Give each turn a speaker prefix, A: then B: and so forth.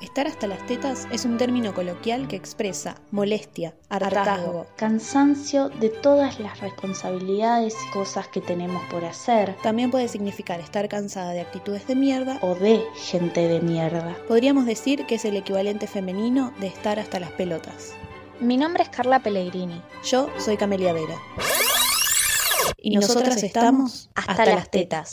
A: Estar hasta las tetas es un término coloquial que expresa molestia, hartazgo,
B: cansancio de todas las responsabilidades y cosas que tenemos por hacer
A: También puede significar estar cansada de actitudes de mierda.
B: o de gente de mierda.
A: Podríamos decir que es el equivalente femenino de estar hasta las pelotas.
C: Mi nombre es Carla Pellegrini.
A: Yo soy Camelia Vera.
C: Y nosotras estamos hasta las tetas.